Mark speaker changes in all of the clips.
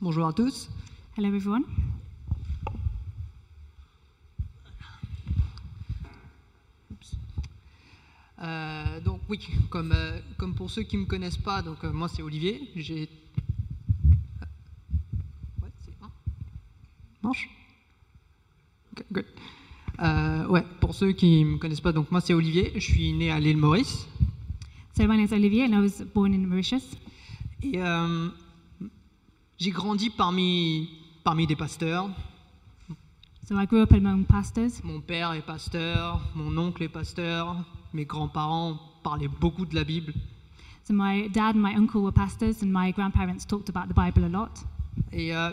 Speaker 1: Bonjour à tous.
Speaker 2: Hello, everyone.
Speaker 1: Euh, donc oui, comme, euh, comme pour ceux qui ne me connaissent pas, donc euh, moi c'est Olivier, j'ai... Ouais, c'est un. Manche Ok, good. Euh, ouais, pour ceux qui ne me connaissent pas, donc moi c'est Olivier, je suis né à l'île Maurice.
Speaker 2: So my name is Olivia, and I was born in Mauritius.
Speaker 1: Et euh, j'ai grandi parmi, parmi des pasteurs.
Speaker 2: So I grew up among pastors.
Speaker 1: Mon père est pasteur, mon oncle est pasteur, mes grands-parents parlaient beaucoup de la Bible.
Speaker 2: So my dad and my uncle were pastors, and my grandparents talked about the Bible a lot.
Speaker 1: Et euh,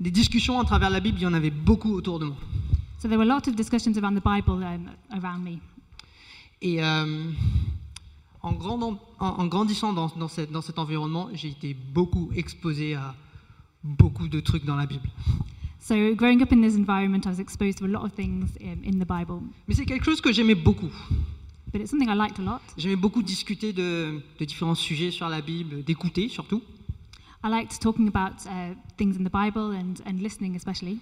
Speaker 1: des discussions à travers la Bible, il y en avait beaucoup autour de moi.
Speaker 2: So there were a lot of discussions around the Bible um, around me.
Speaker 1: Et euh, en, grandant- en- en grandissant dans, dans cette- dans cet environnement, j'ai été beaucoup exposé à beaucoup de trucs dans la Bible.
Speaker 2: So growing up in this environment, I was exposed to a lot of things um, in the Bible,
Speaker 1: Mais c'est quelque chose que j'aimais beaucoup.
Speaker 2: but it's something I liked a lot.
Speaker 1: J'aimais beaucoup discuter de, de différents sujets sur la Bible, d'écouter surtout.
Speaker 2: I liked talking about uh, things in the Bible and, and listening, especially.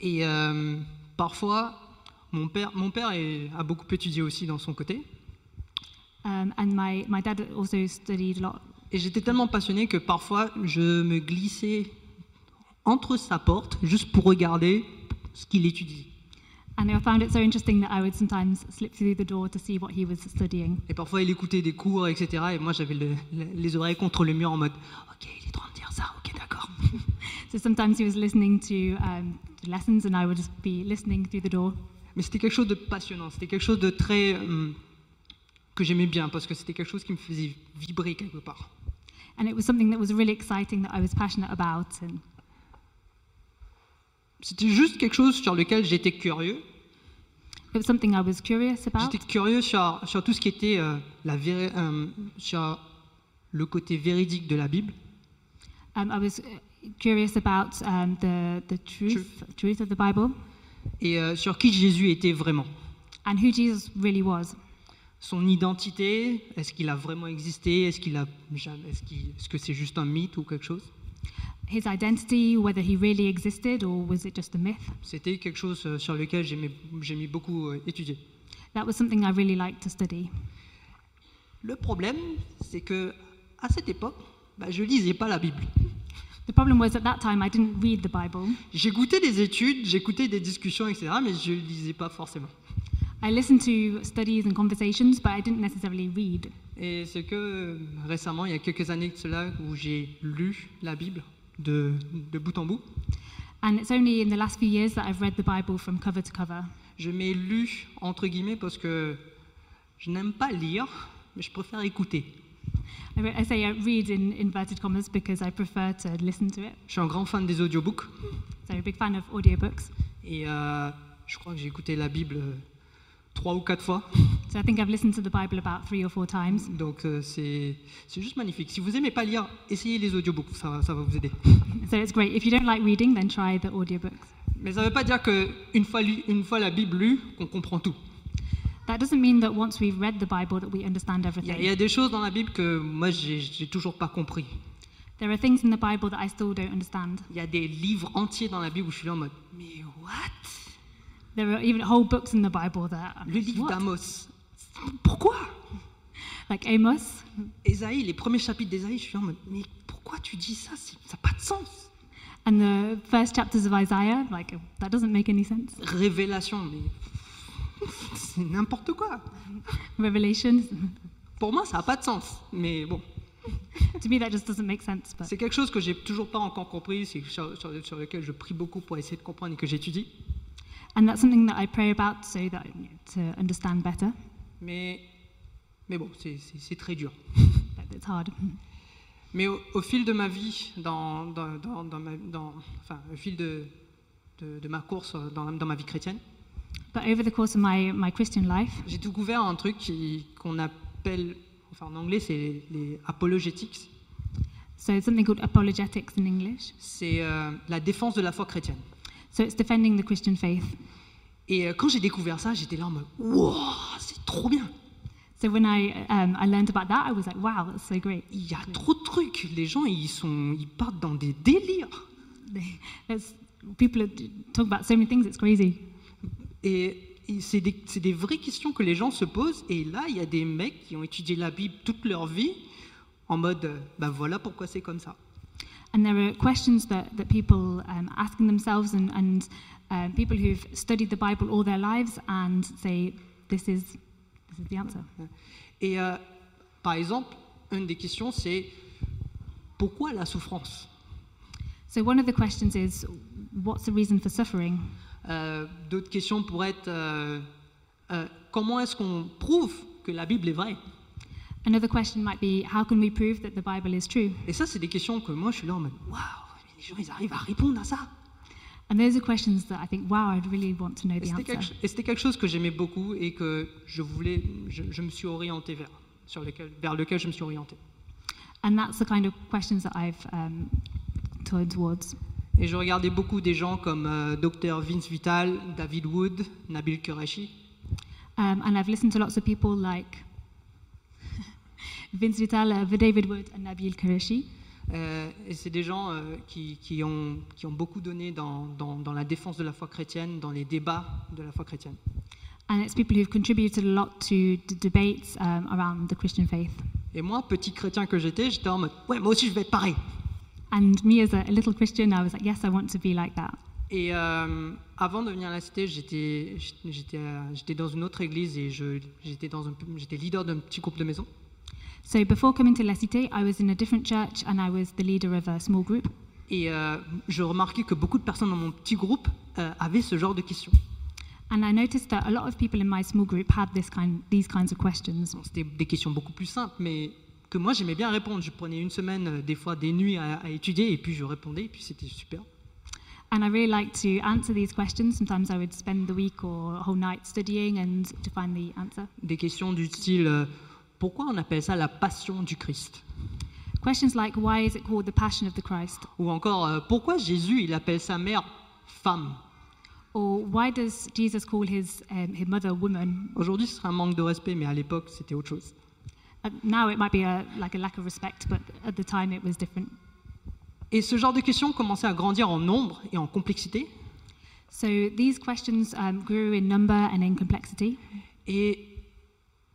Speaker 1: Et euh, parfois, mon père, mon père est- a beaucoup étudié aussi dans son côté.
Speaker 2: Um, and my, my dad also studied a lot.
Speaker 1: Et j'étais tellement passionné que parfois, je me glissais entre sa porte juste pour regarder ce qu'il étudiait.
Speaker 2: And I found it so interesting that I would sometimes slip through the door to see what he was studying.
Speaker 1: Et parfois, il écoutait des cours, etc. Et moi, j'avais le- le- les oreilles contre le mur en mode Ok, il est en train de dire ça, ok, d'accord.
Speaker 2: So sometimes he was listening to, um, to lessons, and I would just be listening through the door.
Speaker 1: Mais c'était quelque chose de passionnant, c'était quelque chose de très. hum, que j'aimais bien, parce que c'était quelque chose qui me faisait vibrer quelque part.
Speaker 2: And it was something that was really exciting that I was passionate about. And
Speaker 1: C'était juste quelque chose sur lequel j'étais curieux.
Speaker 2: it was something I was curious about.
Speaker 1: J'étais curieux sur, sur tout ce qui était euh, la véri- euh, sur le côté véridique de la Bible.
Speaker 2: Um, I was uh, curious about um, the, the truth, truth. of the Bible
Speaker 1: et euh, sur qui Jésus était vraiment.
Speaker 2: and who Jesus really was.
Speaker 1: Son identité, est-ce qu'il a vraiment existé Est-ce qu'il a jamais Est-ce qu'il- est-ce que c'est juste un mythe ou quelque chose
Speaker 2: His identity, whether he really existed or was it just a myth.
Speaker 1: C'était quelque chose euh, sur lequel j'aimais- j'aimais beaucoup euh, étudier.
Speaker 2: That was something I really liked to study.
Speaker 1: Le problème, c'est que à cette époque, bah, je lisais pas la Bible.
Speaker 2: The problem was at that time I didn't read the Bible.
Speaker 1: J'écoutais des études, j'écoutais des discussions, etc., mais je lisais pas forcément.
Speaker 2: I listened to studies and conversations, but I didn't necessarily read.
Speaker 1: Et c'est que euh, récemment, il y a quelques années de cela, où j'ai lu la Bible de, de bout en bout.
Speaker 2: And it's only in the last few years that I've read the Bible from cover to cover.
Speaker 1: Je mets lu entre guillemets parce que je n'aime pas lire, mais je préfère écouter.
Speaker 2: I, re- I say I read in inverted commas because I prefer to listen to it.
Speaker 1: Je suis un grand fan des audiobooks
Speaker 2: So I'm a big fan of audiobooks.
Speaker 1: et euh, je crois que j'ai écouté la Bible euh, trois ou quatre fois.
Speaker 2: So I think I've listened to the Bible about three or four times.
Speaker 1: Donc euh, c'est c'est juste magnifique. Si vous aimez pas lire, essayez les audiobooks, ça, va- ça va vous aider.
Speaker 2: So it's great. If you don't like reading, then try the audiobooks.
Speaker 1: Mais ça ne veut pas dire qu'une fois, lu- une fois la Bible lue, qu'on comprend tout.
Speaker 2: That doesn't mean that once we've read the Bible that we understand
Speaker 1: Il y, a-
Speaker 2: everything.
Speaker 1: il y a des choses dans la Bible que moi j'ai j'ai toujours pas compris.
Speaker 2: There are things in the Bible that I still don't understand.
Speaker 1: Il y a des livres entiers dans la Bible où je suis là en mode mais what
Speaker 2: There are even whole books in the Bible that I'm
Speaker 1: Le
Speaker 2: like,
Speaker 1: livre
Speaker 2: "What?"
Speaker 1: d'Amos. Pourquoi
Speaker 2: like Amos,
Speaker 1: Ésaïe, les premiers chapitres d'Ésaïe, je suis en mode, mais pourquoi tu dis ça C'est- Ça n'a pas de sens.
Speaker 2: And the first chapters of Isaiah, like, that doesn't make any sense.
Speaker 1: Révélation, mais c'est n'importe quoi.
Speaker 2: Revelation,
Speaker 1: Pour moi, ça n'a pas de sens. Mais bon,
Speaker 2: to me, that just doesn't make sense. But
Speaker 1: c'est quelque chose que j'ai toujours pas encore compris, c'est sur, sur- sur lequel je prie beaucoup pour essayer de comprendre et que j'étudie.
Speaker 2: And that's something that I pray about so that you know, to understand better.
Speaker 1: Mais, mais bon, c'est- c'est c'est très dur.
Speaker 2: But it's hard.
Speaker 1: Mais au, au fil de ma vie, dans, dans, dans- dans ma, dans- enfin, au fil de, de, de ma course euh, dans, dans ma vie chrétienne,
Speaker 2: But over the course of my, my Christian life,
Speaker 1: j'ai découvert un truc qui- qu'on appelle, enfin en anglais, c'est les, les apologetics.
Speaker 2: so it's something called apologetics in English.
Speaker 1: c'est euh, la défense de la foi chrétienne.
Speaker 2: So it's defending the Christian faith.
Speaker 1: Et euh, quand j'ai découvert ça, j'étais là en mode Wow, c'est trop bien
Speaker 2: So So when I um, I learned about that, I was like, wow, that's so great.
Speaker 1: Il y a trop de trucs. Les gens, ils, sont, ils partent dans des délires.
Speaker 2: That's, people are- talk about so many things. It's crazy.
Speaker 1: Et et c'est des, c'est des vraies questions que les gens se posent. Et là, il y a des mecs qui ont étudié la Bible toute leur vie en mode, euh, ben voilà pourquoi c'est comme ça.
Speaker 2: And there are questions that, that people um, asking themselves and, and um, people who've studied the Bible all their lives and say, this is, this is the answer.
Speaker 1: Et euh, par exemple, une des questions, c'est pourquoi la souffrance
Speaker 2: So one of the questions is, what's the reason for suffering?
Speaker 1: Euh, D'autres questions pourraient être euh, euh, comment est-ce qu'on prouve que la Bible est vraie
Speaker 2: Another question might be, how can we prove that the Bible is true?
Speaker 1: Et ça, c'est des questions que moi, je suis là en mode waouh, mais les gens, ils arrivent à répondre à ça.
Speaker 2: And those are questions that I think, wow, I'd really want to know
Speaker 1: Et
Speaker 2: the
Speaker 1: c'était
Speaker 2: answer.
Speaker 1: quelque, et c'était quelque chose que j'aimais beaucoup et que je voulais, je, je me suis orienté vers, sur lequel, vers lequel je me suis orienté.
Speaker 2: And that's the kind of questions that I've um, turned towards.
Speaker 1: Et je regardais beaucoup des gens comme euh, Dr Vince Vital, David Wood, Nabil Qureshi.
Speaker 2: Um, and I've listened to lots of people like Vince Vital, uh, David Wood, and Nabil Qureshi.
Speaker 1: Euh, et c'est des gens euh, qui, qui ont, qui ont beaucoup donné dans, dans- dans la défense de la foi chrétienne, dans les débats de la foi chrétienne.
Speaker 2: And it's people who've contributed a lot to d- debates um, around the Christian faith.
Speaker 1: Et moi, petit chrétien que j'étais, j'étais en mode Ouais, moi aussi je vais être pareil.
Speaker 2: And me as a, a little Christian, I was like, yes, I want to be like that.
Speaker 1: Et euh, avant de venir à la cité, j'étais j'étais à- j'étais dans une autre église et je- j'étais dans un- j'étais leader d'un petit groupe de maison.
Speaker 2: So before coming to La Cité, I was in a different church and I was the leader of a small group.
Speaker 1: Et euh, je remarquais que beaucoup de personnes dans mon petit groupe euh, avaient ce genre de questions.
Speaker 2: And I noticed that a lot of people in my small group had this kind, these kinds of questions.
Speaker 1: Bon, C'était des questions beaucoup plus simples, mais que moi j'aimais bien répondre. Je prenais une semaine, euh, des fois des nuits à, à étudier, et puis je répondais, et puis c'était super.
Speaker 2: And I really like to answer these questions. Sometimes I would spend the week or a whole night studying and to find the answer.
Speaker 1: Des questions du style euh, pourquoi on appelle ça la passion du Christ
Speaker 2: Questions like why is it called the Passion of the Christ?
Speaker 1: Ou encore euh, pourquoi Jésus il appelle sa mère femme
Speaker 2: Or why does Jesus call his, um, his mother woman?
Speaker 1: Aujourd'hui ce serait un manque de respect, mais à l'époque c'était autre chose.
Speaker 2: Uh, now it might be a, like a lack of respect, but at the time it was different.
Speaker 1: Et ce genre de questions commençait à grandir en nombre et en complexité.
Speaker 2: So these questions um, grew in number and in complexity.
Speaker 1: Et,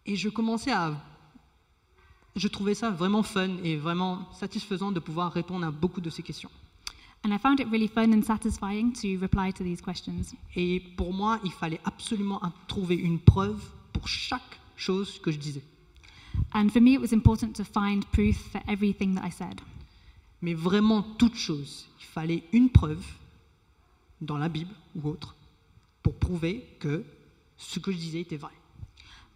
Speaker 1: et je commençais à. Je trouvais ça vraiment fun et vraiment satisfaisant de pouvoir répondre à beaucoup de ces questions.
Speaker 2: And I found it really fun and satisfying to reply to these questions.
Speaker 1: Et pour moi, il fallait absolument un- trouver une preuve pour chaque chose que je disais.
Speaker 2: And for me, it was important to find proof for everything that I said.
Speaker 1: Mais vraiment toute chose. Il fallait une preuve dans la Bible ou autre pour prouver que ce que je disais était vrai.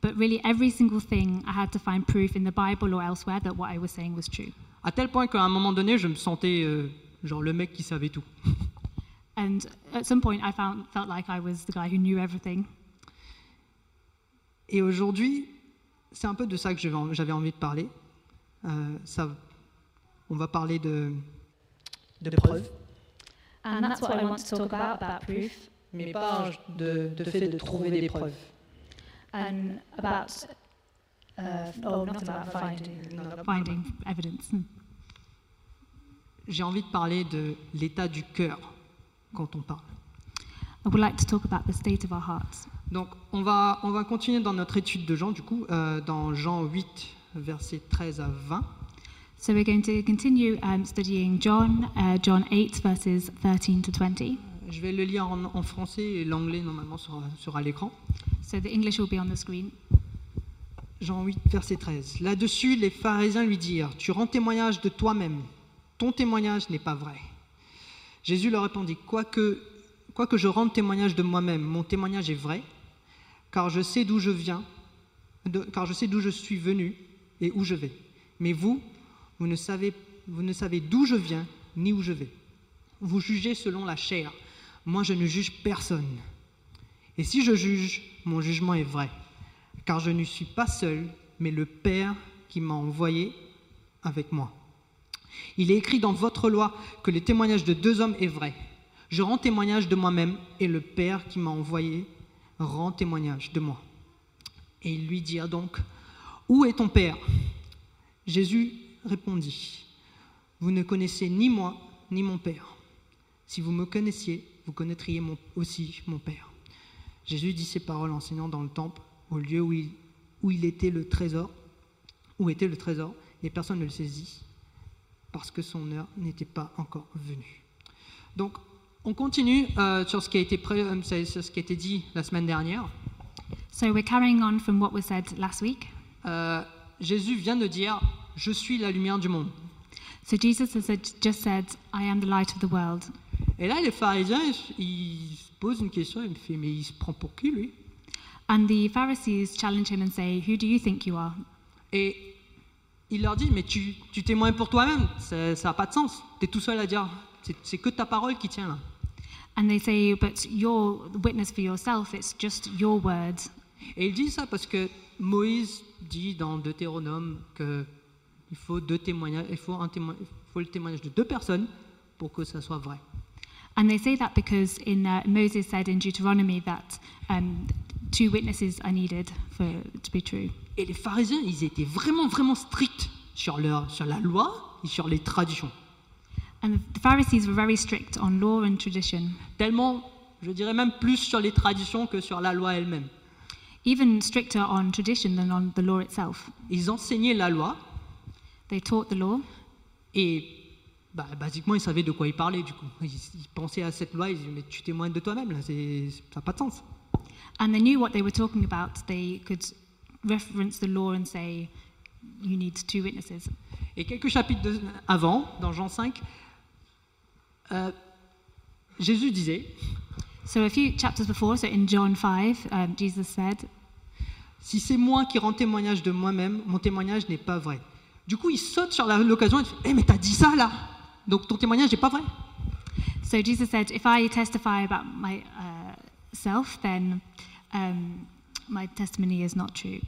Speaker 2: But really, every single thing I had to find proof in the Bible or elsewhere that what I was saying was true.
Speaker 1: À tel point qu'à un moment donné, je me sentais euh, genre le mec qui savait tout.
Speaker 2: And at some point, I found, felt like I was the guy who knew everything.
Speaker 1: Et aujourd'hui, c'est un peu de ça que j'avais en- j'avais envie de parler. Euh, ça, on va parler de, de preuves,
Speaker 3: And that's what I want to talk about, about proof,
Speaker 1: mais pas de, fait de trouver des preuves.
Speaker 3: and about, uh, oh, not about finding.
Speaker 2: Finding evidence. Hmm.
Speaker 1: J'ai envie de parler de l'état du cœur quand on parle.
Speaker 2: I would like to talk about the state of our hearts.
Speaker 1: Donc, on va, on va continuer dans notre étude de Jean, du coup, euh, dans Jean 8, versets 13 à 20.
Speaker 2: So we're going to continue um, studying John, uh, John 8, verses 13 to 20.
Speaker 1: Je vais le lire en, en français et l'anglais, normalement, sera, sera à l'écran.
Speaker 2: So the English will be on the screen.
Speaker 1: Jean 8, verset 13. Là-dessus, les pharisiens lui dirent Tu rends témoignage de toi-même. Ton témoignage n'est pas vrai. Jésus leur répondit Quoique quoique je rende témoignage de moi-même, mon témoignage est vrai, car je sais d'où je viens, de- car je sais d'où je suis venu et où je vais. Mais vous, vous ne savez, vous ne savez d'où je viens ni où je vais. Vous jugez selon la chair. Moi, je ne juge personne. Et si je juge, mon jugement est vrai, car je ne suis pas seul, mais le Père qui m'a envoyé avec moi. Il est écrit dans votre loi que le témoignage de deux hommes est vrai. Je rends témoignage de moi-même, et le Père qui m'a envoyé rend témoignage de moi. Et ils lui dirent donc, Où est ton Père Jésus répondit, Vous ne connaissez ni moi, ni mon Père. Si vous me connaissiez, vous connaîtriez mon- aussi mon Père. Jésus dit ces paroles en signant dans le temple, au lieu où il, où il était le trésor, où était le trésor, et personne ne le saisit, parce que son heure n'était pas encore venue. Donc, on continue euh, sur ce qui a été pré- euh, c'est- c'est ce qui a été dit la semaine dernière.
Speaker 2: So we're carrying on from what was said last week.
Speaker 1: Euh, Jésus vient de dire, je suis la lumière du monde.
Speaker 2: So Jesus has said- just said, I am the light of the world.
Speaker 1: Et là, les pharisiens, ils se posent une question, ils me font, mais il se prend pour qui, lui
Speaker 2: And the Pharisees challenge him and say, Who do you think you are?
Speaker 1: Et il leur dit, mais tu, tu témoignes pour toi-même, ça n'a pas de sens. Tu es tout seul à dire, c'est- c'est que ta parole qui tient là.
Speaker 2: And they say, But you're the witness for yourself, it's just your word.
Speaker 1: Et il dit ça parce que Moïse dit dans Deutéronome que il faut, deux témoignages, il faut, un témo- il faut le témoignage de deux personnes pour que ça soit vrai.
Speaker 2: And they say that because in uh, Moses said in Deuteronomy that um, two witnesses are needed for it to be true.
Speaker 1: Et les pharisiens, ils étaient vraiment, vraiment stricts sur, leur, sur la loi et sur les traditions.
Speaker 2: And the Pharisees were very strict on law and tradition,
Speaker 1: Tellement, je dirais même plus sur les traditions que sur la loi elle-même.
Speaker 2: even stricter on tradition than on the law itself.
Speaker 1: Ils enseignaient la loi
Speaker 2: They taught the law,
Speaker 1: et bah, basiquement, ils savaient de quoi ils parlaient. Du coup, ils, ils pensaient à cette loi, ils disaient Mais tu témoignes de toi-même, là, c'est- ça n'a pas de sens.
Speaker 2: and they knew what they were talking about. They could reference the law and say, you need two witnesses.
Speaker 1: Et quelques chapitres de- avant, dans Jean 5, euh, Jésus disait
Speaker 2: So a few chapters before, so in John 5, um, Jesus said,
Speaker 1: Si c'est moi qui rends témoignage de moi-même, mon témoignage n'est pas vrai. Du coup, il saute sur la- l'occasion et il fait Eh, mais t'as dit ça là Donc ton témoignage n'est pas vrai.
Speaker 2: So Jesus said, if I testify about myself, then um, my testimony is not true.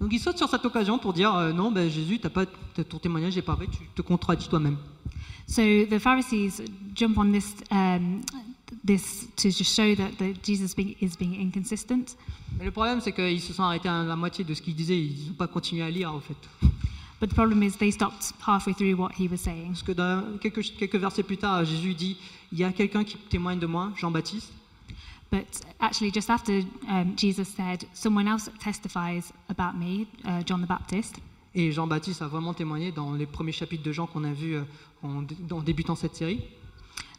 Speaker 1: Donc il saute sur cette occasion pour dire euh, Non, ben, Jésus, t'as pas, t'as- ton témoignage n'est pas vrai, tu te contradis toi-même.
Speaker 2: So the Pharisees jump on this um, this to just show that, that Jesus being, is being inconsistent.
Speaker 1: Mais le problème, c'est qu'ils se sont arrêtés à la moitié de ce qu'il disait, ils n'ont pas continué à lire, en fait.
Speaker 2: But the problem is they stopped halfway through what he was saying.
Speaker 1: Parce que dans quelques, quelques versets plus tard, Jésus dit Il y a quelqu'un qui témoigne de moi, Jean-Baptiste.
Speaker 2: But actually, just after um, Jesus said, someone else testifies about me, uh, John the Baptist.
Speaker 1: Et Jean-Baptiste a vraiment témoigné dans les premiers chapitres de Jean qu'on a vus euh, en, dé- en débutant cette série.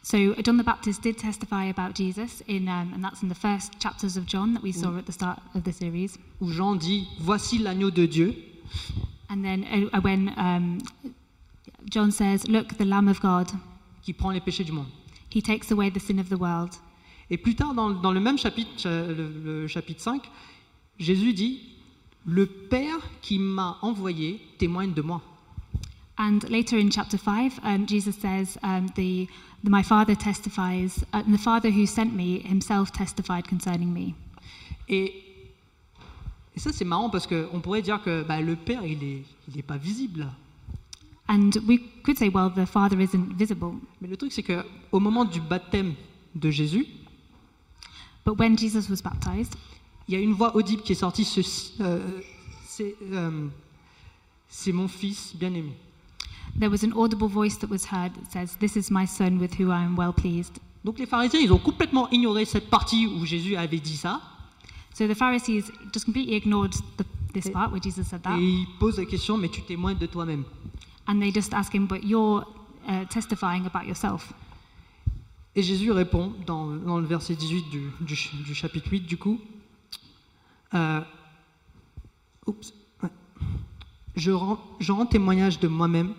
Speaker 2: So uh, John the Baptist did testify about Jesus, in, um, and that's in the first chapters of John that we saw at the start of the series.
Speaker 1: où Jean dit Voici l'agneau de Dieu.
Speaker 2: And then uh, when um, John says, Look, the Lamb of God,
Speaker 1: qui prend les péchés du monde.
Speaker 2: he takes away the sin of the world.
Speaker 1: Et plus tard, dans, dans le même chapitre, cha- le, le chapitre 5, Jésus dit Le Père qui m'a envoyé témoigne de moi.
Speaker 2: And later in chapter 5, um, Jesus says, um, the, the, My Father testifies, uh, and the Father who sent me himself testified concerning me.
Speaker 1: Et, et ça, c'est marrant parce qu'on pourrait dire que bah, le Père, il n'est il est pas visible. là.
Speaker 2: And we could say, Well, the Father isn't visible.
Speaker 1: Mais le truc, c'est que au moment du baptême de Jésus,
Speaker 2: But when Jesus was baptized,
Speaker 1: il y a une voix audible qui est sortie ceci- euh, C'est euh, c'est mon fils bien-aimé.
Speaker 2: there was an audible voice that was heard that says, This is my Son with whom I am well pleased.
Speaker 1: Donc les pharisiens, ils ont complètement ignoré cette partie où Jésus avait dit ça.
Speaker 2: So the Pharisees just completely ignored the, this part where Jesus said that.
Speaker 1: Et il pose la question, mais tu témoignes de toi-même.
Speaker 2: And they just ask him, But you're uh, testifying about yourself.
Speaker 1: Et Jésus répond dans, dans le verset 18 du, du ch- du chapitre 8, du coup. euh, oups, ouais. je, rends, je rends témoignage de moi-même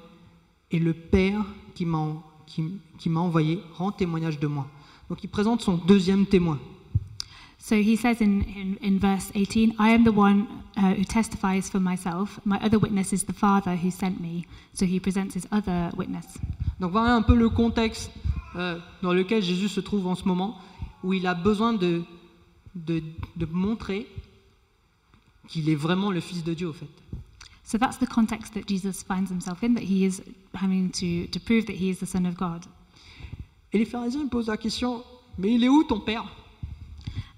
Speaker 1: et le Père qui m'a en- qui- qui m'a envoyé rend témoignage de moi. Donc il présente son deuxième témoin.
Speaker 2: So he says in, in, in verse 18, I am the one uh, who testifies for myself. My other witness is the Father who sent me. So he presents his other witness.
Speaker 1: Donc voilà un peu le contexte euh, dans lequel Jésus se trouve en ce moment, où il a besoin de, de, de montrer qu'il est vraiment le Fils de Dieu, au fait.
Speaker 2: So that's the context that Jesus finds himself in, that he is having to, to prove that he is the Son of God.
Speaker 1: Et les pharisiens me posent la question, mais il est où ton père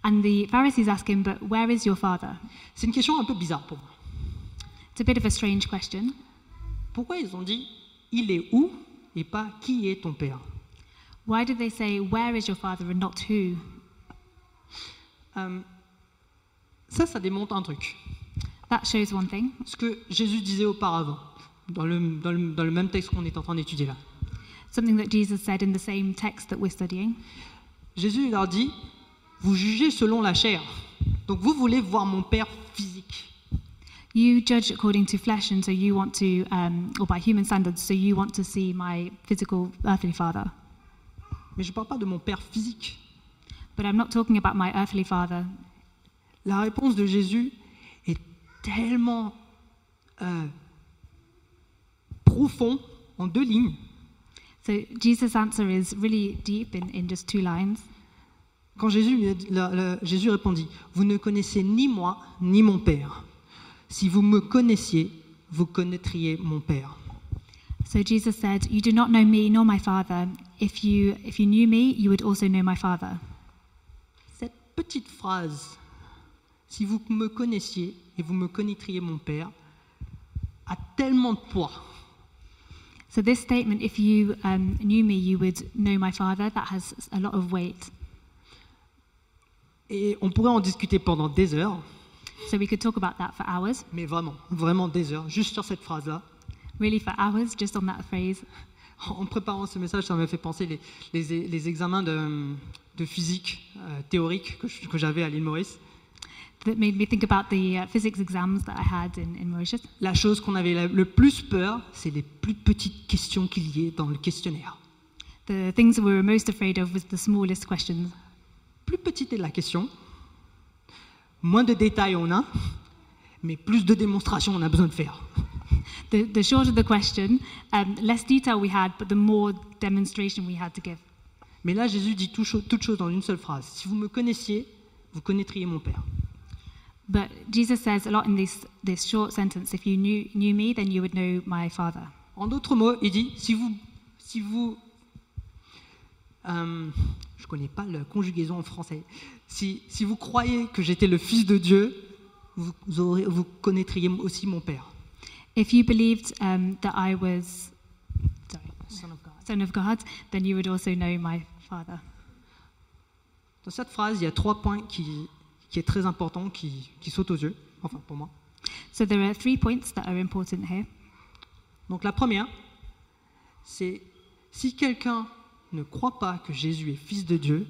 Speaker 2: And the Pharisees ask him, But where is your Father?
Speaker 1: C'est une question un peu bizarre pour moi.
Speaker 2: It's a bit of a strange question.
Speaker 1: Pourquoi ils ont dit il est où et pas qui est ton père
Speaker 2: Why did they say, Where is your father and not who?
Speaker 1: Euh, Ça, ça démontre un truc.
Speaker 2: That shows one thing
Speaker 1: Ce que Jésus disait auparavant, dans le, dans le- dans le même texte qu'on est en train d'étudier là.
Speaker 2: something that Jesus said in the same text that we're studying.
Speaker 1: Jésus il leur dit Vous jugez selon la chair. Donc vous voulez voir mon père physique.
Speaker 2: You judge according to flesh, and so you want to, um, or by human standards, so you want to see my physical earthly father.
Speaker 1: Mais je ne parle pas de mon père physique.
Speaker 2: But I'm not talking about my earthly father.
Speaker 1: La réponse de Jésus est tellement euh, profond en deux lignes.
Speaker 2: So Jesus' answer is really deep in, in just two lines.
Speaker 1: Quand Jésus, lui a dit- la- la- Jésus répondit, vous ne connaissez ni moi ni mon Père. Si vous me connaissiez, vous connaîtriez mon Père.
Speaker 2: So Jesus said, You do not know me nor my father. If you, if you knew me, you would also know my father.
Speaker 1: Cette petite phrase, si vous me connaissiez et vous me connaîtriez mon Père, a tellement de poids.
Speaker 2: So this statement, if you um, knew me, you would know my father, that has a lot of weight.
Speaker 1: Et on pourrait en discuter pendant des heures,
Speaker 2: So we could talk about that for hours,
Speaker 1: mais vraiment, vraiment des heures, juste sur cette phrase-là.
Speaker 2: really for hours, just on that phrase.
Speaker 1: En préparant ce message, ça m'a fait penser les, les- les examens de, de physique euh, théorique que je- que j'avais à l'île Maurice.
Speaker 2: That made me think about the uh, physics exams that I had in, in Mauritius.
Speaker 1: La chose qu'on avait la- le plus peur, c'est les plus petites questions qu'il y ait dans le questionnaire.
Speaker 2: The things that we were most afraid of was the smallest questions.
Speaker 1: Plus petite est la question, moins de détails on a, mais plus de démonstrations on a besoin de faire.
Speaker 2: The, the shorter the question, um, less detail we had, but the more demonstration we had to give.
Speaker 1: Mais là, Jésus dit tout cho- toute chose dans une seule phrase. Si vous me connaissiez, vous connaîtriez mon Père.
Speaker 2: But Jesus says a lot in this, this short sentence if you knew, knew me, then you would know my Father.
Speaker 1: En d'autres mots, il dit si vous. Si vous euh, je ne connais pas la conjugaison en français. Si, si vous croyez que j'étais le Fils de Dieu, vous, vous aurez- vous connaîtriez aussi mon Père.
Speaker 2: If you believed um, that I was sorry, Son of God, then you would also know my Father.
Speaker 1: Dans cette phrase, il y a trois points qui, qui est très important, qui, qui sautent aux yeux, enfin pour moi.
Speaker 2: So there are three points that are important here.
Speaker 1: Donc la première, c'est si quelqu'un ne croit pas que Jésus est fils de Dieu,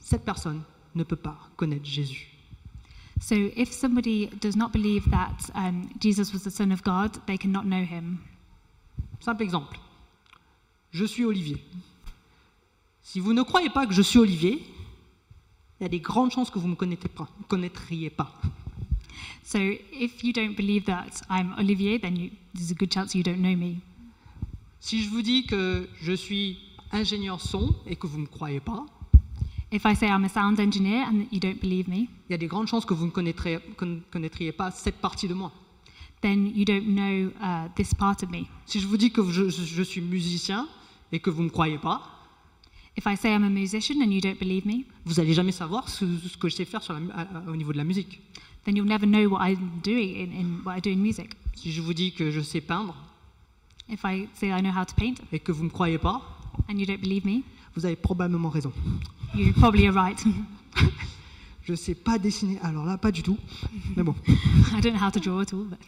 Speaker 1: cette personne ne peut pas connaître Jésus.
Speaker 2: So if somebody does not believe that um, Jesus was the Son of God, they cannot know him.
Speaker 1: Simple exemple. Je suis Olivier. Si vous ne croyez pas que je suis Olivier, il y a des grandes chances que vous ne me connaîtrez pas- connaîtriez pas.
Speaker 2: So if you don't believe that I'm Olivier, then you, there's a good chance you don't know me.
Speaker 1: Si je vous dis que je suis ingénieur son et que vous ne me croyez pas,
Speaker 2: If I say I'm a sound engineer and that you don't believe me,
Speaker 1: il y a des grandes chances que vous ne connaîtrez- conna- connaîtriez pas cette partie de moi.
Speaker 2: then you don't know uh, this part of me.
Speaker 1: Si je vous dis que je, je suis musicien et que vous ne me croyez pas,
Speaker 2: If I say I'm a musician and you don't believe me,
Speaker 1: vous n'allez jamais savoir ce, ce que je sais faire sur la mu- à- à- au niveau de la musique.
Speaker 2: then you'll never know what I'm doing in, in what I do in music.
Speaker 1: Si je vous dis que je sais peindre
Speaker 2: If I say I know how to paint
Speaker 1: et que vous ne me croyez pas,
Speaker 2: and you don't believe me,
Speaker 1: vous avez probablement raison.
Speaker 2: you probably are right.
Speaker 1: Je sais pas dessiner, Ah, alors là, pas du tout. Mais bon.
Speaker 2: I don't know how to draw at all. But.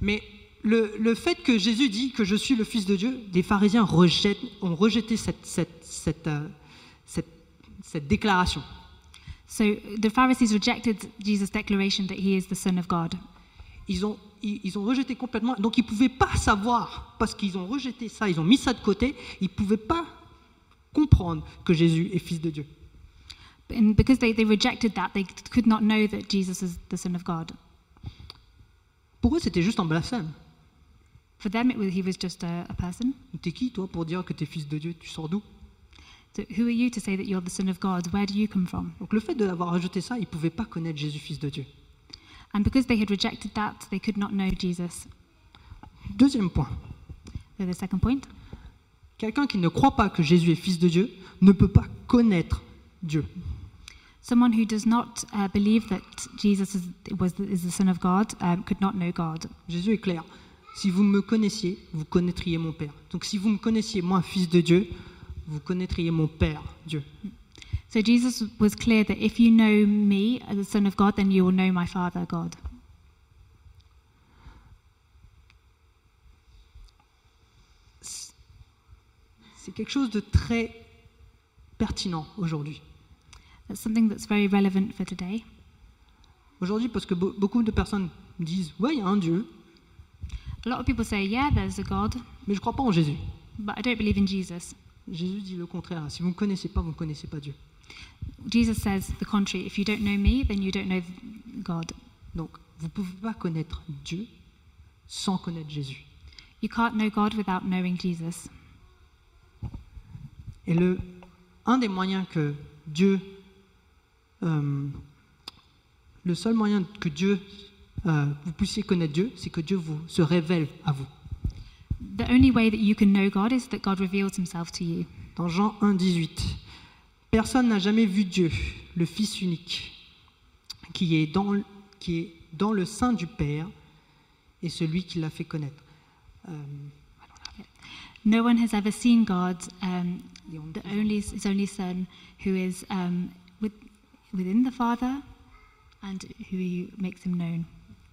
Speaker 1: Mais le, le fait que Jésus dit que je suis le Fils de Dieu, les pharisiens rejettent, ont rejeté cette, cette, cette, euh, cette, cette déclaration.
Speaker 2: So the Pharisees rejected Jesus' declaration that he is the Son of God.
Speaker 1: Ils ont, ils, ils ont rejeté complètement. Donc ils ne pouvaient pas savoir, parce qu'ils ont rejeté ça, ils ont mis ça de côté, ils ne pouvaient pas comprendre que Jésus est Fils de Dieu.
Speaker 2: And because they, they rejected that, they could not know that Jesus is the Son of God.
Speaker 1: Pour eux, c'était juste un blasphème.
Speaker 2: For them, it was, he was just a, a person.
Speaker 1: T'es qui, toi, pour dire que t'es fils de Dieu Tu sors d'où
Speaker 2: So who are you to say that you're the Son of God? Where do you come from?
Speaker 1: Donc le fait d'avoir rejeté ça, ils ne pouvaient pas connaître Jésus, Fils de Dieu.
Speaker 2: And because they had rejected that, they could not know Jesus.
Speaker 1: Deuxième point.
Speaker 2: So the second point.
Speaker 1: Quelqu'un qui ne croit pas que Jésus est fils de Dieu ne peut pas connaître Dieu.
Speaker 2: Someone who does not uh, believe that Jesus is, was, is the Son of God um, could not know God.
Speaker 1: Jésus est clair. Si vous me connaissiez, vous connaîtriez mon Père. Donc si vous me connaissiez, moi, fils de Dieu, vous connaîtriez mon Père, Dieu.
Speaker 2: So Jesus was clear that if you know me, as the Son of God, then you will know my Father, God.
Speaker 1: C'est quelque chose de très pertinent aujourd'hui.
Speaker 2: That's something that's very relevant for today.
Speaker 1: Aujourd'hui, parce que be- beaucoup de personnes disent, ouais, il y a un Dieu,
Speaker 2: A lot of people say, yeah, there's a God,
Speaker 1: mais je ne crois pas en Jésus.
Speaker 2: but I don't believe in Jesus.
Speaker 1: Jésus dit le contraire. Si vous ne me connaissez pas, vous ne connaissez pas Dieu.
Speaker 2: Jesus says the contrary if you don't know me, then you don't know God.
Speaker 1: Donc, vous ne pouvez pas connaître Dieu sans connaître Jésus.
Speaker 2: You can't know God without knowing Jesus.
Speaker 1: Et le, un des moyens que Dieu, euh, le seul moyen que Dieu, euh, vous puissiez connaître Dieu, c'est que Dieu vous se révèle à vous.
Speaker 2: The only way that you can know God is that God reveals himself to you.
Speaker 1: Dans Jean 1, 18, personne n'a jamais vu Dieu, le Fils unique, qui est dans, qui est dans le sein du Père et celui qui l'a fait connaître. Euh,
Speaker 2: No one has ever seen God, um,
Speaker 1: The only
Speaker 2: the only, his only Son, who is um, with, within the Father and who he makes him known.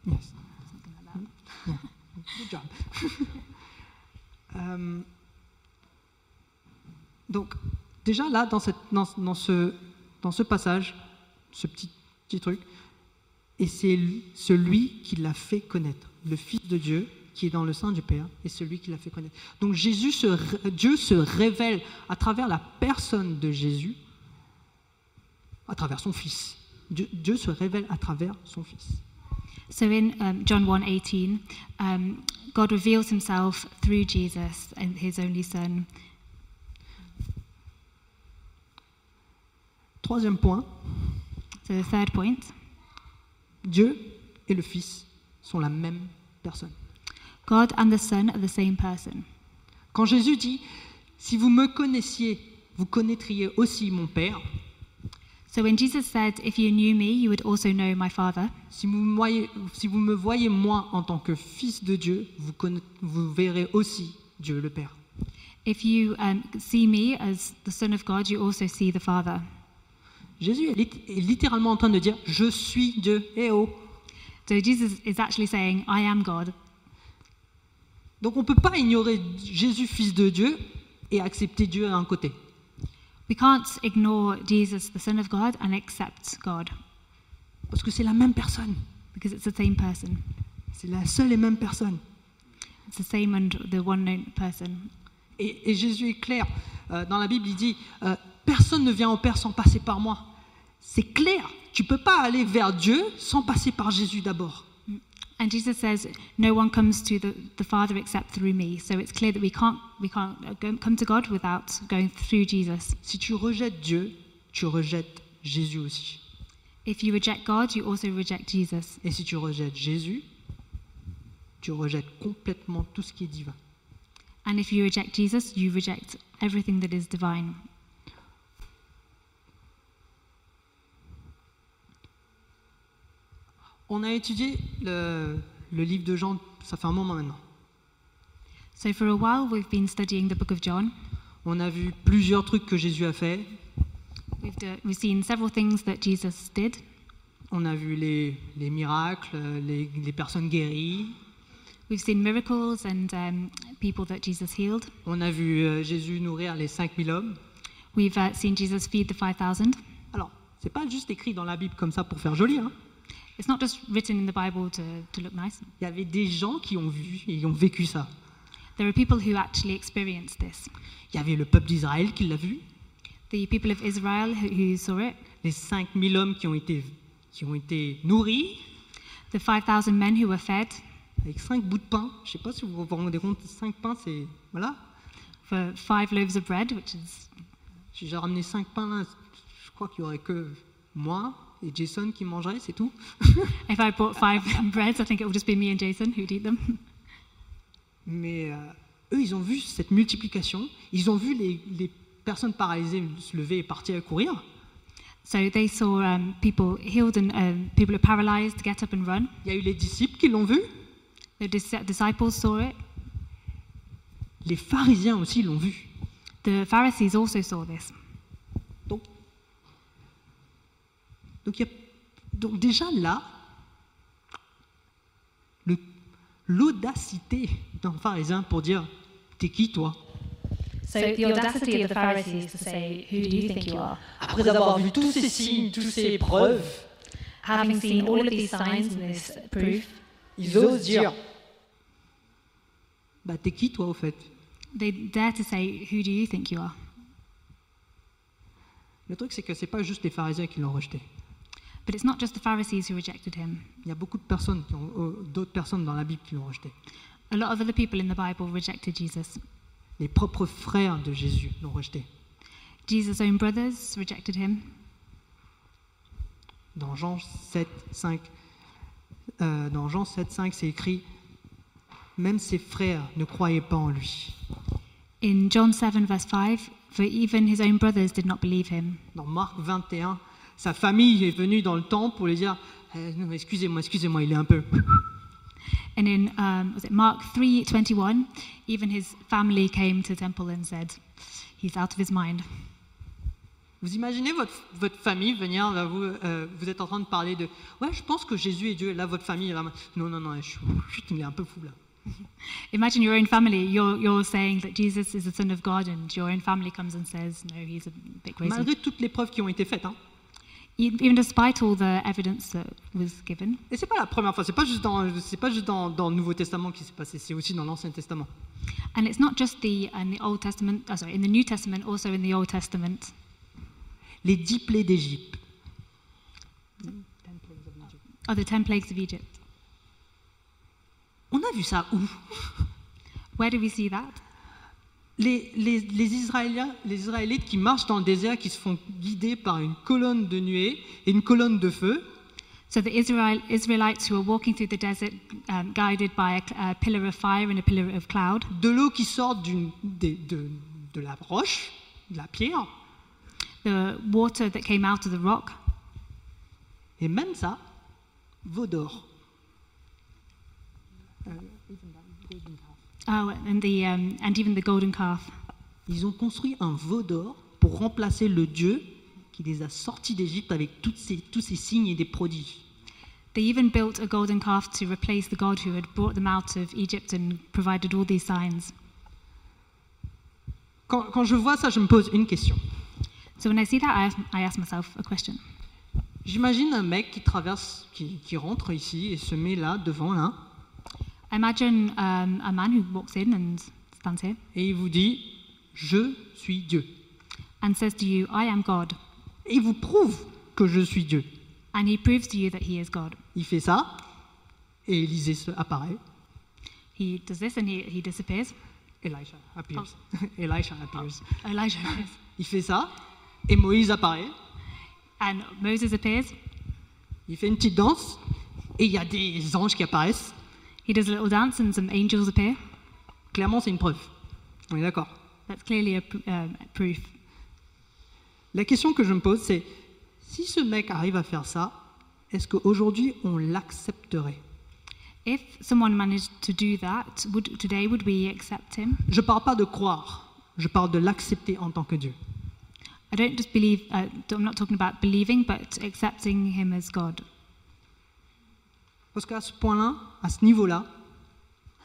Speaker 1: Yes. Yeah. Good job. Euh, donc, déjà là, dans, cette- dans- dans ce, dans ce passage, ce petit, petit truc, et c'est lui- celui qui l'a fait connaître, le Fils de Dieu qui est dans le sein du Père, et celui qui l'a fait connaître. Donc Jésus se ré- Dieu se révèle à travers la personne de Jésus, à travers son Fils. Dieu- Dieu se révèle à travers son Fils.
Speaker 2: So in um, John 1:18, um, God reveals himself through Jesus and his only son.
Speaker 1: Troisième point,
Speaker 2: So the third point,
Speaker 1: Dieu et le Fils sont la même personne.
Speaker 2: God and the son are the same person.
Speaker 1: Quand Jésus dit Si vous me connaissiez, vous connaîtriez aussi mon Père.
Speaker 2: So when Jesus said, "If you knew me, you would also know my Father,"
Speaker 1: Si vous, me voyez, si vous me voyez moi en tant que fils de Dieu, vous, conna- vous verrez aussi Dieu le Père.
Speaker 2: if you um, see me as the Son of God, you also see the Father.
Speaker 1: Jésus est, lit- est littéralement en train de dire Je suis Dieu. Eh oh
Speaker 2: So Jesus is actually saying, "I am God."
Speaker 1: Donc on ne peut pas ignorer Jésus, fils de Dieu, et accepter Dieu à un côté.
Speaker 2: We can't ignore Jesus, the Son of God, and accept God
Speaker 1: Parce que c'est la même personne.
Speaker 2: because it's the same person.
Speaker 1: C'est la seule et même personne.
Speaker 2: It's the same and the one known person.
Speaker 1: Et, et Jésus est clair. Euh, dans la Bible, il dit euh, Personne ne vient au Père sans passer par moi. C'est clair. Tu peux pas aller vers Dieu sans passer par Jésus d'abord.
Speaker 2: And Jesus says, "No one comes to the, the Father except through me." So it's clear that we can't we can't uh, go- come to God without going through Jesus.
Speaker 1: Si tu rejettes Dieu, tu rejettes Jésus aussi.
Speaker 2: If you reject God, you also reject Jesus.
Speaker 1: Et si tu rejettes Jésus, tu rejettes complètement tout ce qui est divin.
Speaker 2: And if you reject Jesus, you reject everything that is divine.
Speaker 1: On a étudié le, le livre de Jean, ça fait un moment maintenant.
Speaker 2: So for a while, we've been studying the book of John.
Speaker 1: On a vu plusieurs trucs que Jésus a fait.
Speaker 2: We've, do, we've seen several things that Jesus did.
Speaker 1: On a vu les, les miracles, les- les personnes guéries.
Speaker 2: We've seen miracles and um, people that Jesus healed.
Speaker 1: On a vu euh, Jésus nourrir les 5000 hommes.
Speaker 2: We've uh, seen Jesus feed the 5,000.
Speaker 1: Alors, c'est pas juste écrit dans la Bible comme ça pour faire joli. hein.
Speaker 2: It's not just written in the Bible to, to look nice.
Speaker 1: Il y avait des gens qui ont vu et ont vécu ça.
Speaker 2: There are people who actually experienced this.
Speaker 1: Il y avait le peuple d'Israël qui l'a vu,
Speaker 2: The people of Israel who, who saw it,
Speaker 1: les 5000 hommes qui ont été, qui ont été nourris
Speaker 2: the 5,000 men who were fed
Speaker 1: avec 5 bouts de pain. Je sais pas si vous vous rendez compte, 5 pains, c'est. Voilà.
Speaker 2: for five loaves of bread, which is
Speaker 1: Si j'ai ramené 5 pains, là, je crois qu'il y aurait que moi et Jason qui mangeraient, c'est tout.
Speaker 2: If I bought five breads, I think it would just be me and Jason who'd eat them.
Speaker 1: Mais euh, eux, ils ont vu cette multiplication, ils ont vu les, les personnes paralysées se lever et partir à courir.
Speaker 2: So they saw um, people healed and um, people who are paralyzed get up and run.
Speaker 1: Il y a eu les disciples qui l'ont vu,
Speaker 2: The dis- disciples saw it.
Speaker 1: les pharisiens aussi l'ont vu.
Speaker 2: The Pharisees also saw this.
Speaker 1: Donc, donc, il y a- donc déjà là, le- l'audacité d'un pharisien pour dire T'es qui toi
Speaker 3: So the audacity of the Pharisees to say, Who do you think you are?
Speaker 4: Après avoir vu tous ces signes, toutes ces preuves,
Speaker 3: Having seen all of these signs and this proof,
Speaker 4: ils osent dire
Speaker 1: Bah, t'es qui toi au fait
Speaker 2: They dare to say, Who do you think you are?
Speaker 1: Le truc, c'est que c'est pas juste les pharisiens qui l'ont rejeté.
Speaker 2: But it's not just the Pharisees who rejected him.
Speaker 1: Il y a beaucoup de personnes, qui ont- euh, d'autres personnes dans la Bible qui l'ont rejeté.
Speaker 2: A lot of other people in the Bible rejected Jesus.
Speaker 1: Les propres frères de Jésus l'ont rejeté.
Speaker 2: Jesus' own brothers rejected him.
Speaker 1: Dans Jean 7, 5, euh, dans Jean 7, 5, c'est écrit Même ses frères ne croyaient pas en lui.
Speaker 2: In John 7, verse 5, for even his own brothers did not believe him.
Speaker 1: Dans Marc 21, sa famille est venue dans le temple pour lui dire Eh, non, Excusez-moi, excusez-moi, il est un peu.
Speaker 2: And in um, was it Mark 3:21, even his family came to temple and said, "He's out of his mind."
Speaker 1: Vous imaginez votre, votre famille venir, là, vous, euh, vous êtes en train de parler de Ouais, je pense que Jésus est Dieu, et là, votre famille, est là, non, non, non, je suis- chut, il est un peu fou là.
Speaker 2: Imagine your own family. You're you're saying that Jesus is the Son of God, and your own family comes and says, "No, he's a bit crazy."
Speaker 1: Malgré toutes les preuves qui ont été faites. Hein.
Speaker 2: E- Even despite all the evidence that was given,
Speaker 1: Et c'est pas la première fois, c'est pas juste dans, c'est pas juste dans, dans le Nouveau Testament qui s'est passé, c'est aussi dans l'Ancien Testament.
Speaker 2: and it's not just the in the Old Testament. Oh, sorry, in the New Testament, also in the Old Testament.
Speaker 1: Les dix plaies d'Égypte.
Speaker 2: Are the ten plagues of Egypt?
Speaker 1: On a vu ça où
Speaker 2: Where do we see that?
Speaker 1: les, les, les Israéliens, les Israélites qui marchent dans le désert, qui se font guider par une colonne de nuée et une colonne de feu,
Speaker 2: So the Israel, Israelites who are walking through the desert, um, guided by a, cl- a pillar of fire and a pillar of cloud,
Speaker 1: de l'eau qui sort d'une, des- de, de la roche, de la pierre,
Speaker 2: the water that came out of the rock,
Speaker 1: et même ça, veau d'or.
Speaker 2: oh, and the um, and even the golden calf.
Speaker 1: Ils ont construit un veau d'or pour remplacer le Dieu qui les a sortis d'Égypte avec toutes ces, tous ces signes et des prodiges.
Speaker 2: They even built a golden calf to replace the God who had brought them out of Egypt and provided all these signs.
Speaker 1: Quand, quand je vois ça, je me pose une question.
Speaker 2: So when I see that, I ask, I ask myself a question.
Speaker 1: J'imagine un mec qui traverse, qui, qui rentre ici et se met là, devant là,
Speaker 2: Imagine um, a man who walks in and stands here
Speaker 1: et il vous dit Je suis Dieu.
Speaker 2: and says to you, "I am God,"
Speaker 1: Et il vous prouve que je suis Dieu.
Speaker 2: and he proves to you that he is God.
Speaker 1: Il fait ça, et Élisée se- apparaît.
Speaker 2: He does this and he, he disappears.
Speaker 1: Elijah appears. Elijah appears.
Speaker 2: Elijah appears.
Speaker 1: Il fait ça, et Moïse apparaît.
Speaker 2: And Moses appears.
Speaker 1: Il fait une petite danse, et il y a des anges qui apparaissent.
Speaker 2: He does a little dance and some angels appear.
Speaker 1: Clairement, c'est une preuve. On est d'accord.
Speaker 2: That's clearly a pr- um, proof.
Speaker 1: La question que je me pose, c'est si ce mec arrive à faire ça, est-ce qu'aujourd'hui on l'accepterait
Speaker 2: If someone managed to do that, would today would we accept him?
Speaker 1: Je parle pas de croire, je parle de l'accepter en tant que Dieu.
Speaker 2: I don't just believe. Uh, I'm not talking about believing, but accepting him as God.
Speaker 1: Parce qu'à ce point-là, à ce niveau-là,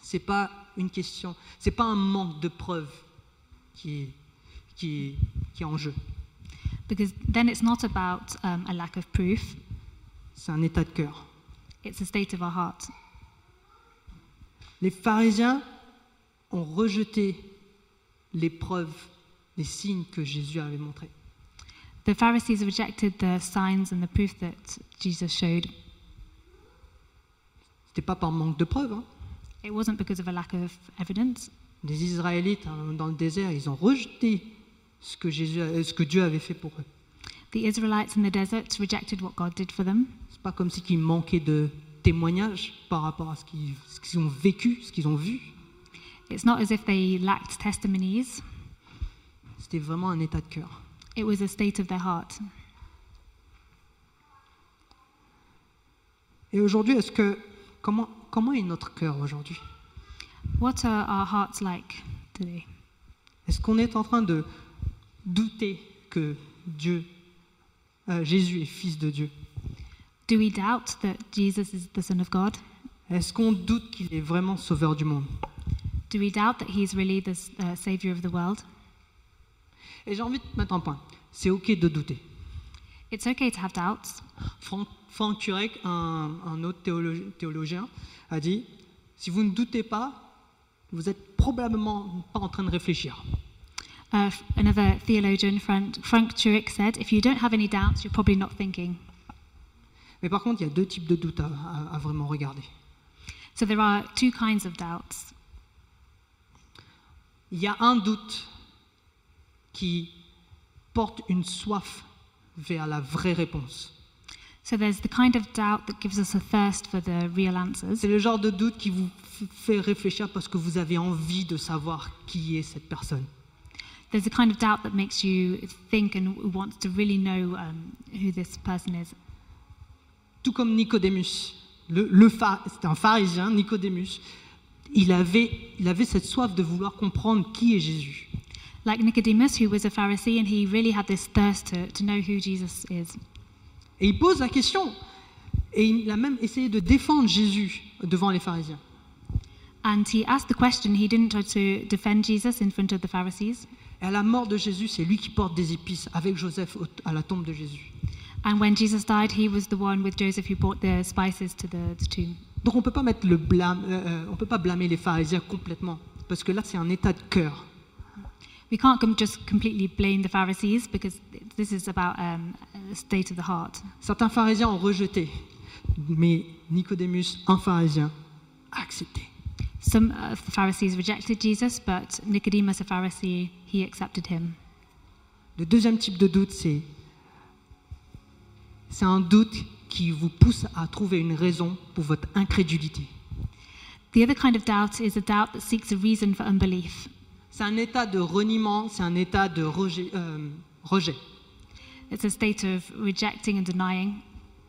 Speaker 1: c'est pas une question, c'est pas un manque de preuves qui est, qui est- qui est en jeu.
Speaker 2: Because then it's not about um, a lack of proof.
Speaker 1: C'est un état de cœur.
Speaker 2: It's a state of our heart.
Speaker 1: Les pharisiens ont rejeté les preuves, les signes que Jésus avait montrés.
Speaker 2: The Pharisees rejected the signs and the proof that Jesus showed.
Speaker 1: C'était pas par manque de preuves. hein.
Speaker 2: It wasn't because of a lack of evidence.
Speaker 1: Les Israélites hein, dans le désert, ils ont rejeté ce que, Jésus, euh, ce que Dieu avait fait pour eux.
Speaker 2: The Israelites in the desert rejected what God did for them.
Speaker 1: C'est pas comme si qu'ils manquaient de témoignages par rapport à ce qu'ils ce qu'ils ont vécu, ce qu'ils ont vu.
Speaker 2: It's not as if they lacked testimonies.
Speaker 1: C'était vraiment un état de cœur.
Speaker 2: It was a state of their heart.
Speaker 1: Et aujourd'hui, est-ce que comment comment est notre cœur aujourd'hui
Speaker 2: What are our hearts like today?
Speaker 1: Est-ce qu'on est en train de douter que Dieu, euh, Jésus est fils de Dieu
Speaker 2: Do we doubt that Jesus is the Son of God?
Speaker 1: Est-ce qu'on doute qu'il est vraiment sauveur du monde
Speaker 2: Do we doubt that he's really the s- uh, Savior of the world?
Speaker 1: Et j'ai envie de mettre un point. C'est ok de douter.
Speaker 2: It's okay to have doubts.
Speaker 1: Frank, Frank Turek, un, un autre théolo- théologien, a dit si vous ne doutez pas, vous êtes probablement pas en train de réfléchir.
Speaker 2: Uh, f- another theologian, Frank, Frank Turek, said, If you don't have any doubts, you're probably not thinking.
Speaker 1: Mais par contre, il y a deux types de doutes à, à- à vraiment regarder.
Speaker 2: So there are two kinds of doubts.
Speaker 1: Il y a un doute qui porte une soif vers la vraie réponse.
Speaker 2: So there's the kind of doubt that gives us a thirst for the real answers.
Speaker 1: C'est le genre de doute qui vous f- fait réfléchir parce que vous avez envie de savoir qui est cette personne.
Speaker 2: There's a kind of doubt that makes you think and wants to really know um, who this person is.
Speaker 1: Tout comme Nicodémus, le, le pha- c'est un pharisien, Nicodémus, il avait, il avait cette soif de vouloir comprendre qui est Jésus.
Speaker 2: Like Nicodemus, who was a Pharisee, and he really had this thirst to, to know who Jesus is.
Speaker 1: Et il pose la question. Et il a même essayé de défendre Jésus devant les pharisiens.
Speaker 2: And he asked the question, he didn't try to defend Jesus in front of the Pharisees.
Speaker 1: Et à la mort de Jésus, c'est lui qui porte des épices avec Joseph au- à la tombe de Jésus.
Speaker 2: And when Jesus died, he was the one with Joseph who brought the spices to the, the tomb.
Speaker 1: Donc on peut pas mettre le blâme, euh, euh, on peut pas blâmer les pharisiens complètement, parce que là c'est un état de cœur.
Speaker 2: We can't com- just completely blame the Pharisees because this is about um, a state of the heart.
Speaker 1: Certains pharisiens ont rejeté, mais Nicodémus, un pharisien, a accepté.
Speaker 2: Some of the Pharisees rejected Jesus, but Nicodemus, a Pharisee, he accepted him.
Speaker 1: Le deuxième type de doute, c'est c'est un doute qui vous pousse à trouver une raison pour votre incrédulité.
Speaker 2: The other kind of doubt is a doubt that seeks a reason for unbelief.
Speaker 1: C'est un état de reniement, c'est un état de rejet, euh, rejet.
Speaker 2: It's a state of rejecting and denying.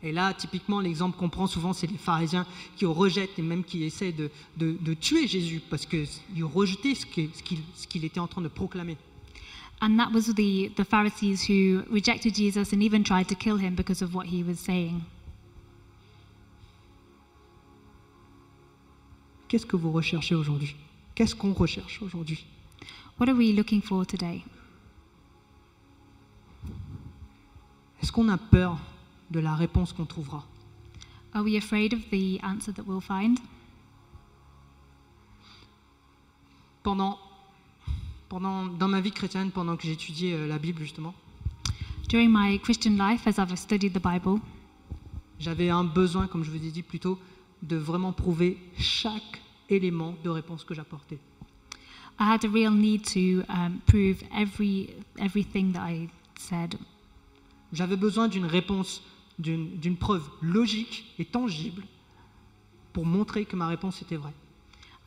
Speaker 1: Et là, typiquement, l'exemple qu'on prend souvent, c'est les pharisiens qui rejettent et même qui essaient de, de- de tuer Jésus parce qu'ils rejetaient ce que- ce qu'il ce qu'il était en train de proclamer.
Speaker 2: And that was the, the Pharisees who rejected Jesus and even tried to kill him because of what he was saying.
Speaker 1: Qu'est-ce que vous recherchez aujourd'hui Qu'est-ce qu'on recherche aujourd'hui
Speaker 2: What are we looking for today?
Speaker 1: Est-ce qu'on a peur de la réponse qu'on trouvera
Speaker 2: Are we afraid of the answer that we'll find?
Speaker 1: pendant, pendant, Dans ma vie chrétienne, pendant que j'étudiais euh, la Bible, justement,
Speaker 2: During my Christian life, as I've studied the Bible,
Speaker 1: j'avais un besoin, comme je vous ai dit plus tôt, de vraiment prouver chaque élément de réponse que j'apportais.
Speaker 2: I had a real need to um, prove every everything that I said.
Speaker 1: J'avais besoin d'une réponse, d'une d'une preuve logique et tangible pour montrer que ma réponse était vraie.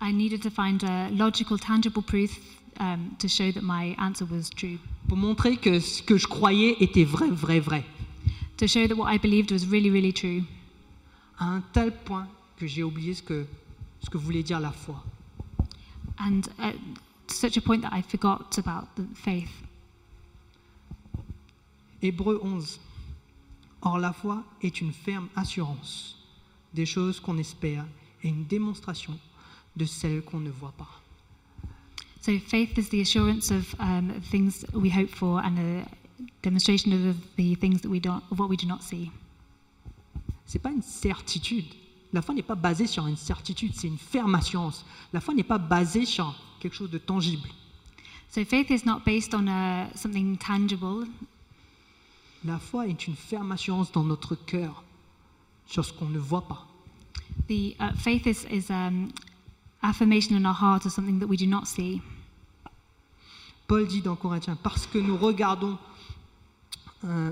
Speaker 2: I needed to find a logical, tangible proof um, to show that my answer was true,
Speaker 1: Pour montrer que ce que je croyais était vrai, vrai, vrai.
Speaker 2: to show that what I believed was really, really true,
Speaker 1: À un tel point que j'ai oublié ce que, ce que voulait dire la foi.
Speaker 2: and at such a point that I forgot about the faith.
Speaker 1: Hébreu 11. Or la foi est une ferme assurance des choses qu'on espère et une démonstration de celles qu'on ne voit pas.
Speaker 2: So faith is the assurance of um, things we hope for and a demonstration of the things that we don't, of what we do not see.
Speaker 1: C'est pas une certitude. La foi n'est pas basée sur une certitude, c'est une ferme assurance. La foi n'est pas basée sur quelque chose de tangible.
Speaker 2: So faith is not based on uh something tangible.
Speaker 1: La foi est une ferme assurance dans notre cœur sur ce qu'on ne voit pas.
Speaker 2: The uh, faith is is um, affirmation in our heart of something that we do not see.
Speaker 1: Paul dit dans Corinthiens, parce que nous regardons euh,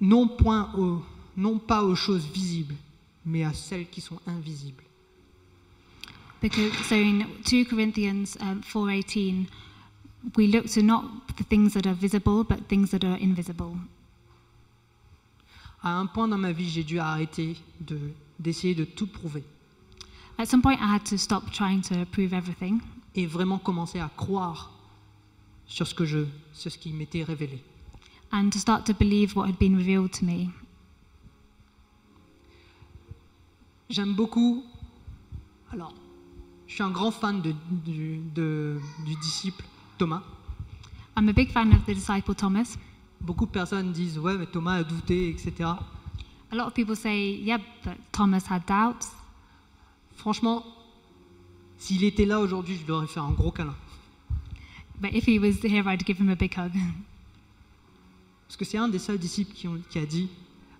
Speaker 1: non, point au- non pas aux choses visibles, mais à celles qui sont invisibles.
Speaker 2: Because so in two Corinthians um, four eighteen, we look to not the things that are visible, but things that are invisible.
Speaker 1: À un point dans ma vie, j'ai dû arrêter de, d'essayer de tout prouver
Speaker 2: At some point, I had to stop trying to prove everything
Speaker 1: et vraiment commencer à croire sur ce que je, sur ce qui m'était révélé.
Speaker 2: and to start to believe what had been revealed to me.
Speaker 1: J'aime beaucoup. Alors, je suis un grand fan de- du, de- du disciple Thomas.
Speaker 2: I'm a big fan of the disciple Thomas.
Speaker 1: Beaucoup de personnes disent ouais, mais Thomas a douté, etc.
Speaker 2: A lot of people say, yep, but Thomas had doubts.
Speaker 1: Franchement, s'il était là aujourd'hui, je lui aurais fait un gros câlin.
Speaker 2: But if he was here, I'd give him a big hug.
Speaker 1: Parce que c'est un des seuls disciples qui, ont- qui a dit,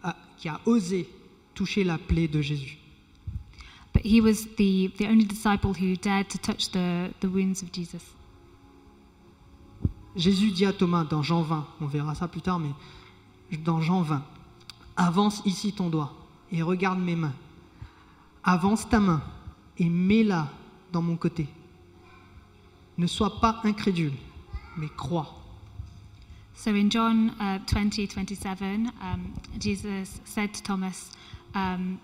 Speaker 1: ah, qui a osé toucher la plaie de Jésus.
Speaker 2: But he was the, the only disciple who dared to touch the, the wounds of Jesus.
Speaker 1: Jésus dit à Thomas dans Jean 20, on verra ça plus tard, mais dans Jean 20, avance ici ton doigt et regarde mes mains. Avance ta main et mets-la dans mon côté. Ne sois pas incrédule, mais crois.
Speaker 2: So in John uh, 20, 27, um, Jesus said to Thomas, um,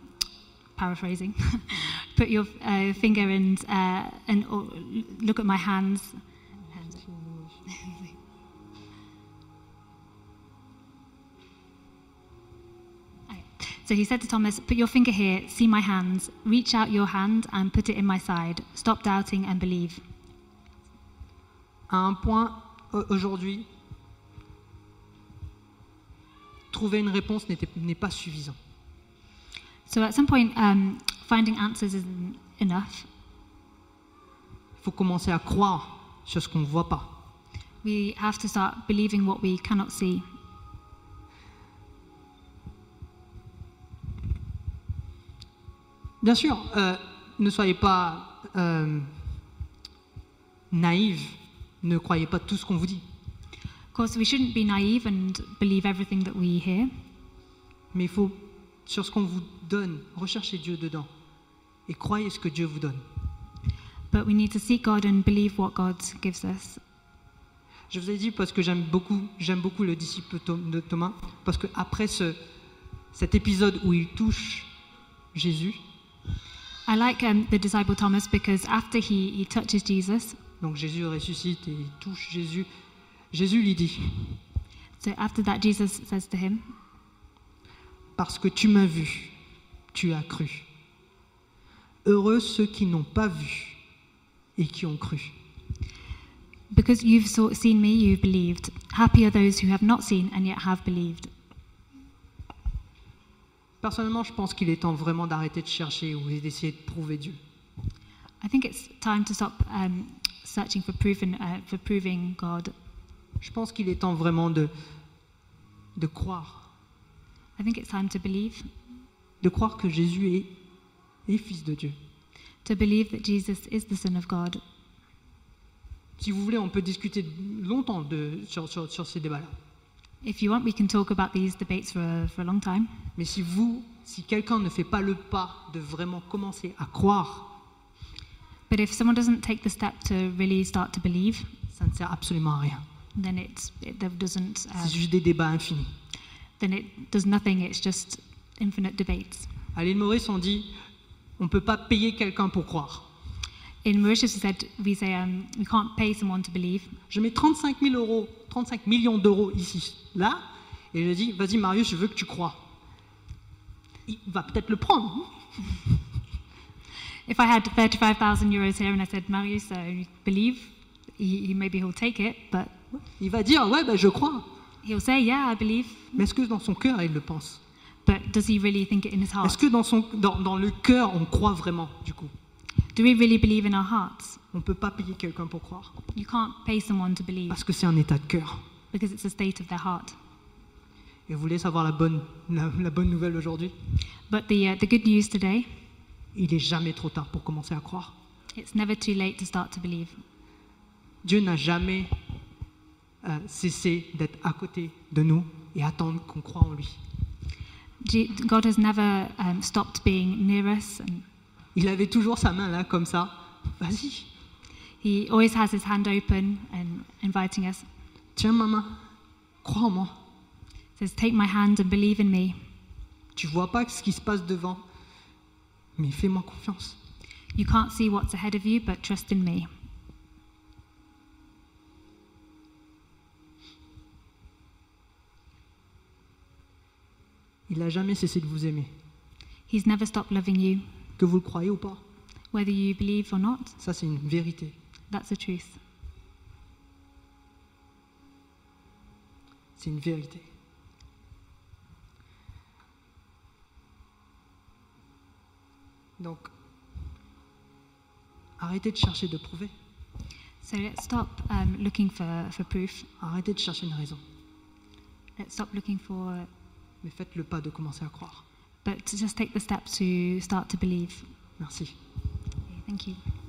Speaker 2: paraphrasing, put your uh, finger and, uh, and or look at my hands. So he said to Thomas, Put your finger here, see my hands, reach out your hand and put it in my side. Stop doubting and believe.
Speaker 1: À un point, au- aujourd'hui, trouver une réponse n'était- n'est pas suffisant.
Speaker 2: So at some point, um, finding answers isn't enough.
Speaker 1: Il faut commencer à croire sur ce qu'on ne voit pas.
Speaker 2: We have to start believing what we cannot see.
Speaker 1: Bien sûr, euh, ne soyez pas euh, naïfs, ne croyez pas tout ce qu'on vous dit,
Speaker 2: Of course, we shouldn't be naive and believe everything that we hear,
Speaker 1: mais il faut, sur ce qu'on vous donne, recherchez Dieu dedans et croyez ce que Dieu vous donne.
Speaker 2: but we need to seek God and believe what God gives us.
Speaker 1: Je vous ai dit parce que j'aime beaucoup, j'aime beaucoup le disciple Thom- de Thomas, parce que après ce, cet épisode où il touche Jésus,
Speaker 2: I like um, the disciple Thomas because after he, he touches Jesus,
Speaker 1: donc Jésus ressuscite et il touche Jésus, Jésus lui dit,
Speaker 2: so after that, Jesus says to him,
Speaker 1: Parce que tu m'as vu, tu as cru. Heureux ceux qui n'ont pas vu et qui ont cru.
Speaker 2: Because you've saw, seen me, you've believed. Happy are those who have not seen and yet have believed.
Speaker 1: Personnellement, je pense qu'il est temps vraiment d'arrêter de chercher ou d'essayer de prouver Dieu.
Speaker 2: I think it's time to stop um, searching for proof and, uh, for proving God.
Speaker 1: Je pense qu'il est temps vraiment de, de croire,
Speaker 2: I think it's time to believe,
Speaker 1: de croire que Jésus est, est fils de Dieu.
Speaker 2: to believe that Jesus is the Son of God.
Speaker 1: Si vous voulez, on peut discuter longtemps de, sur, sur- sur ces débats-là.
Speaker 2: If you want, we can talk about these debates for a, for a long time.
Speaker 1: Mais si vous, si quelqu'un ne fait pas le pas de vraiment commencer à croire,
Speaker 2: But if someone doesn't take the step to really start to believe,
Speaker 1: ça ne sert absolument à rien.
Speaker 2: then it's, it there doesn't.
Speaker 1: C'est
Speaker 2: Um,
Speaker 1: juste des débats infinis.
Speaker 2: then it does nothing. It's just infinite debates.
Speaker 1: À l'île Maurice, on dit on ne peut pas payer quelqu'un pour croire.
Speaker 2: In Mauritius, we said we say um, we can't pay someone to believe.
Speaker 1: Je mets 35 000 euros, 35 millions d'euros ici, là, et je dis vas-y Marius, je veux que tu crois. Il va peut-être le prendre. hein.
Speaker 2: If I had 35,000 euros here and I said, Marius, uh, believe, he, he, maybe he'll take it, but
Speaker 1: Il va dire ouais, ben, je crois.
Speaker 2: he'll say, yeah, I believe.
Speaker 1: Mais est-ce que dans son cœur il le pense
Speaker 2: But does he really think it in his
Speaker 1: Est-ce
Speaker 2: heart?
Speaker 1: que dans, son, dans, dans le cœur on croit vraiment du coup
Speaker 2: Do we really believe in our hearts?
Speaker 1: On ne peut pas payer quelqu'un pour croire
Speaker 2: You can't pay someone to believe
Speaker 1: parce que c'est un état de cœur.
Speaker 2: because it's a state of their heart.
Speaker 1: Et vous voulez savoir la bonne, la, la bonne nouvelle aujourd'hui
Speaker 2: But the, uh, the good news today,
Speaker 1: Il n'est jamais trop tard pour commencer à croire.
Speaker 2: it's never too late to start to believe.
Speaker 1: Dieu n'a jamais euh, cessé d'être à côté de nous et attendre qu'on croie en lui.
Speaker 2: G- God has never um, stopped being near us, and
Speaker 1: Il avait toujours sa main là comme ça. Vas-y,
Speaker 2: He always has His hand open and inviting us.
Speaker 1: tiens ma main, crois en moi.
Speaker 2: says, Take my hand and believe in me.
Speaker 1: Tu vois pas ce qui se passe devant, mais fais-moi confiance.
Speaker 2: You can't see what's ahead of you, but trust in me.
Speaker 1: Il n'a jamais cessé de vous aimer.
Speaker 2: He's never stopped loving you,
Speaker 1: Que vous le croyez ou pas,
Speaker 2: whether you believe or not.
Speaker 1: ça c'est une vérité.
Speaker 2: That's the truth.
Speaker 1: C'est une vérité. Donc, arrêtez de chercher de prouver,
Speaker 2: So let's stop um, looking for, for proof.
Speaker 1: arrêtez de chercher une raison,
Speaker 2: Let's stop looking for,
Speaker 1: mais faites le pas de commencer à croire.
Speaker 2: but to just take the step to start to believe.
Speaker 1: Merci.
Speaker 2: Okay, thank you.